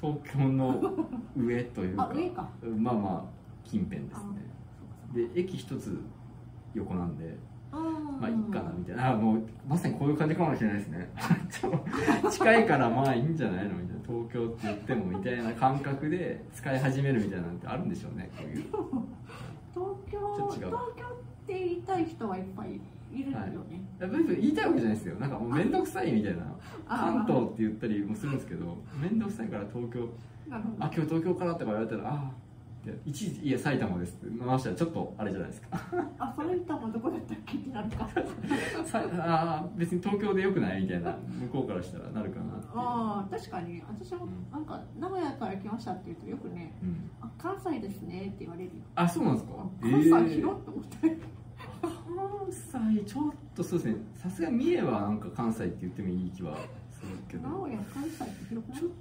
Speaker 3: 東京の上という
Speaker 2: の
Speaker 3: か
Speaker 2: あ上か
Speaker 3: まあまあ近辺ですねで駅一つ横なんで
Speaker 2: あ
Speaker 3: まあいいかなみたいなあもうまさにこういう感じかもしれないですね ちょっと近いからまあいいんじゃないのみたいな東京って言ってもみたいな感覚で使い始めるみたいなのってあるんでしょうねこういう
Speaker 2: 東京
Speaker 3: ち
Speaker 2: 東
Speaker 3: ょっと違う
Speaker 2: 京って言いたい人はいっぱいいるよね、
Speaker 3: やっぱり言いたいわけじゃないですよなんかもう面倒くさいみたいな
Speaker 2: あ
Speaker 3: 関
Speaker 2: ー
Speaker 3: 東って言ったりもするんですけど面倒くさいから東京
Speaker 2: なるほど
Speaker 3: あ今日東京からとか言われたらああっていちいちいや埼玉ですって回したらちょっとあれじゃないですか
Speaker 2: あその人もどこだったっけってなるか
Speaker 3: さああ別に東京でよくないみたいな向こうからしたらなるかなっていう
Speaker 2: ああ確かに私もなんか名古屋から来ましたって言うとよくね
Speaker 3: うん、
Speaker 2: 「あ関西ですね」って言われるよ
Speaker 3: あそうなんですか
Speaker 2: あ関西
Speaker 3: えー
Speaker 2: 広って思って
Speaker 3: 関西ちょっとそうですねさすがに三重はなんか関西って言ってもいい気はするけ
Speaker 2: 名
Speaker 3: ど
Speaker 2: 古屋関西って広くない
Speaker 3: ちょっと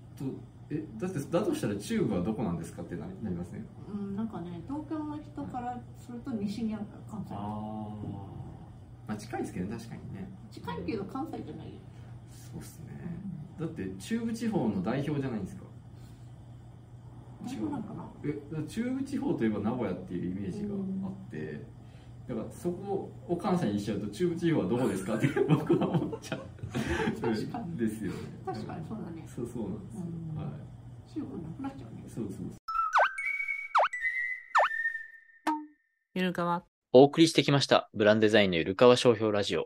Speaker 3: えだってだとしたら中部はどこなんですかってななりますね
Speaker 2: うんなんかね東京の人からすると西にあるから関西
Speaker 3: まあ近いですけどね確かにね
Speaker 2: 近いけど関西じゃないよ
Speaker 3: そうっすねだって中部地方の代表じゃないんですか
Speaker 2: 大丈夫なんかな
Speaker 3: えだから中部地方といえば名古屋っていうイメージがあってだからそこを関西にしちゃうと中部地方はどこですかって 僕は思っちゃう
Speaker 2: 確かに
Speaker 3: ですよね
Speaker 2: 確かにそうだね
Speaker 3: そうそうなんですよ
Speaker 2: うん
Speaker 3: はい
Speaker 2: 中国なくなっちゃうね
Speaker 3: そうそう
Speaker 4: ゆるかわ
Speaker 5: お送りしてきました、ブランデザインのゆるかわ商標ラジオ。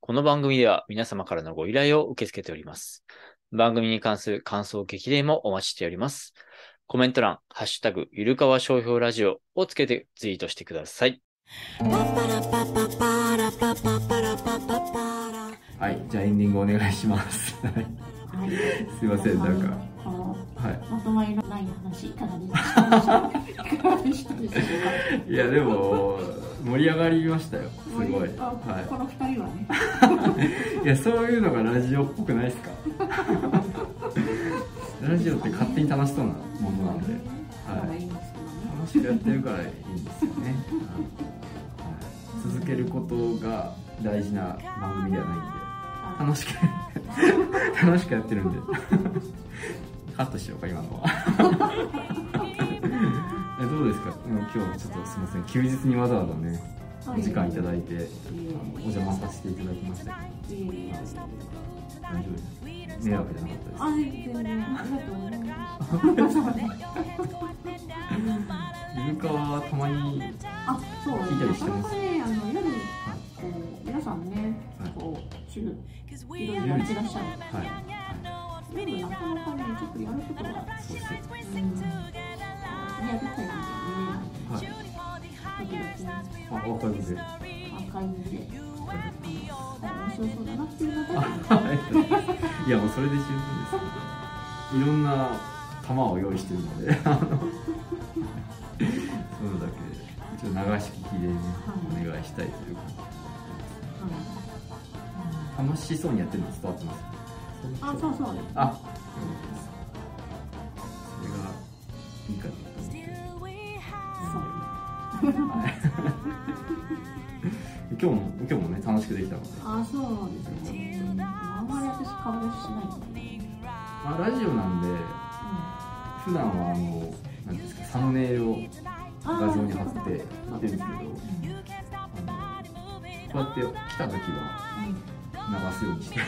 Speaker 5: この番組では皆様からのご依頼を受け付けております。番組に関する感想、激励もお待ちしております。コメント欄、ハッシュタグ、ゆるかわ商標ラジオをつけてツイートしてください。
Speaker 3: はいじゃあエンディングお願いしますはい
Speaker 2: はい
Speaker 3: すいませんなんか
Speaker 2: この
Speaker 3: はい
Speaker 2: まとまりのない話いかがでしたでし ょうかいかがでしたでしょうか
Speaker 3: いやでも盛り上がりましたよすごい、
Speaker 2: あ
Speaker 3: は
Speaker 2: この二人はね
Speaker 3: い、いやそういうのがラジオっぽくないですか ラジオって勝手に楽しそうなものなんで
Speaker 2: のが
Speaker 3: はい
Speaker 2: いんですけどね
Speaker 3: 楽しくやってるからいいんですよね、はい続けることが大事な番組ではないんで楽しく 楽しくやってるんでカットしようか今のは えどうですかうん今日ちょっとすいません休日にわざわざね
Speaker 2: は
Speaker 3: お時間いただいて
Speaker 2: えー
Speaker 3: あのお邪魔させていただきましたけど
Speaker 2: えー
Speaker 3: 大丈夫です迷惑じゃなかったです
Speaker 2: あ全然ありがとうございます
Speaker 3: イルカはたまに
Speaker 2: あそう
Speaker 3: 聞いたりしてます
Speaker 2: なかなかねあの夜こう皆さんね
Speaker 3: はい
Speaker 2: こう主婦いろいろやってらっしゃる
Speaker 3: はい
Speaker 2: 夜なかなかねちょっとやることが
Speaker 3: そうですね
Speaker 2: うんやりたいんだ
Speaker 3: はい
Speaker 2: よね時々ね
Speaker 3: あアーカイブで
Speaker 2: 赤いんで面白そうだなっていうのが
Speaker 3: はいいやもうそれで十分ですいろんな玉を用意してるのであのそういうのだけでちょっと流し聞きでね、
Speaker 2: はい
Speaker 3: お願いしたいというか楽しそうにやってるの伝わってます
Speaker 2: あそうそう
Speaker 3: あそれがいいかなと思ってはい 今日も今日もね楽しくできたので
Speaker 2: あそうですねあんまり私顔出ししないので、
Speaker 3: まあ、ラジオなんで普段はあのなんていうんですかサムネイルを画像に貼ってやってるんですけどあのこうやって来た時は流すように して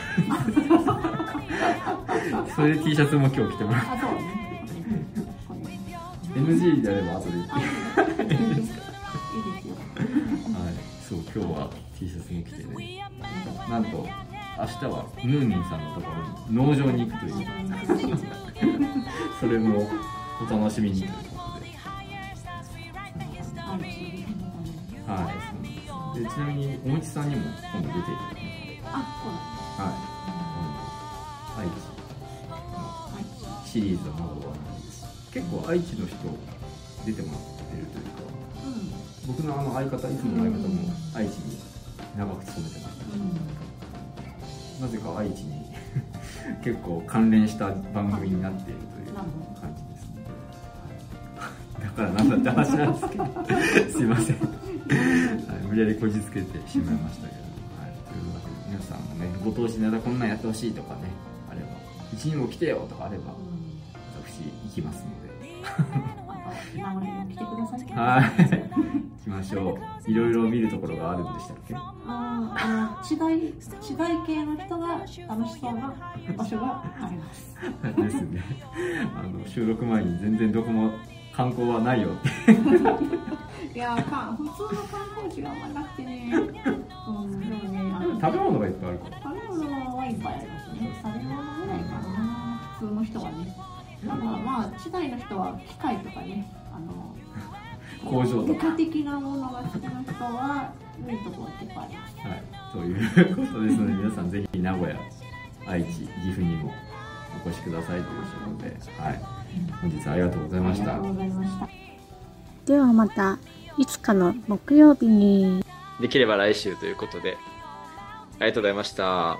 Speaker 3: それで T シャツも今日着てもらう
Speaker 2: あそうねこれ
Speaker 3: NG であれば後で
Speaker 2: あ
Speaker 3: はい
Speaker 2: いいですよ
Speaker 3: そう今日は T シャツも着てねなんかなんと明日はムーミンさんのところに農場に行くというそれもお楽しみにということで
Speaker 2: あるしね
Speaker 3: はいそうなんですでちなみにおもちさんにも今度出ていただきます
Speaker 2: あ
Speaker 3: はい、愛
Speaker 2: そうだはい
Speaker 3: 知シリーズはまだ終わらないです結構愛知の人出てもらってるというか僕のあの相方いつもの相方も愛知に長く勤めてました
Speaker 2: うんうん
Speaker 3: なぜか愛知に 結構関連した番組になっているという感じですねはいだからなんだって話なんですけ どすいません、はい、無理やりこじつけてしまいましたけど、はい、というわけで皆さんもねご当地ネタこんなんやってほしいとかねあればうちにも来てよとかあれば私行きますので
Speaker 2: うん名古屋に来てください
Speaker 3: はい。行きましょう。いろいろ見るところがあるんでしたっけは
Speaker 2: あーあの違い違い系の人が楽しそうな場所があります。
Speaker 3: いですね。あの、収録前に全然どこも観光はないよって。
Speaker 2: いやーか普通の観光地があんまなくてね。うんでもねあの
Speaker 3: 食べ物がいっぱいあるから。
Speaker 2: 食べ物はいっぱいありますね。食べ物ぐらいかな。普通の人はね。まあまあまあ地代の人は機械とかねあの
Speaker 3: 工場と
Speaker 2: 理
Speaker 3: か。
Speaker 2: 科的なものが好きな人は見るところっていっぱいあります。
Speaker 3: はい。ということですので、皆さんぜひ名古屋、愛知、岐阜にもお越しくださいということで、はい。本日はありがとうございま
Speaker 2: あ
Speaker 3: し
Speaker 2: りが
Speaker 3: た
Speaker 2: とう。ございました。
Speaker 6: ではまたいつかの木曜日に。
Speaker 5: できれば来週ということで、ありがとうございました。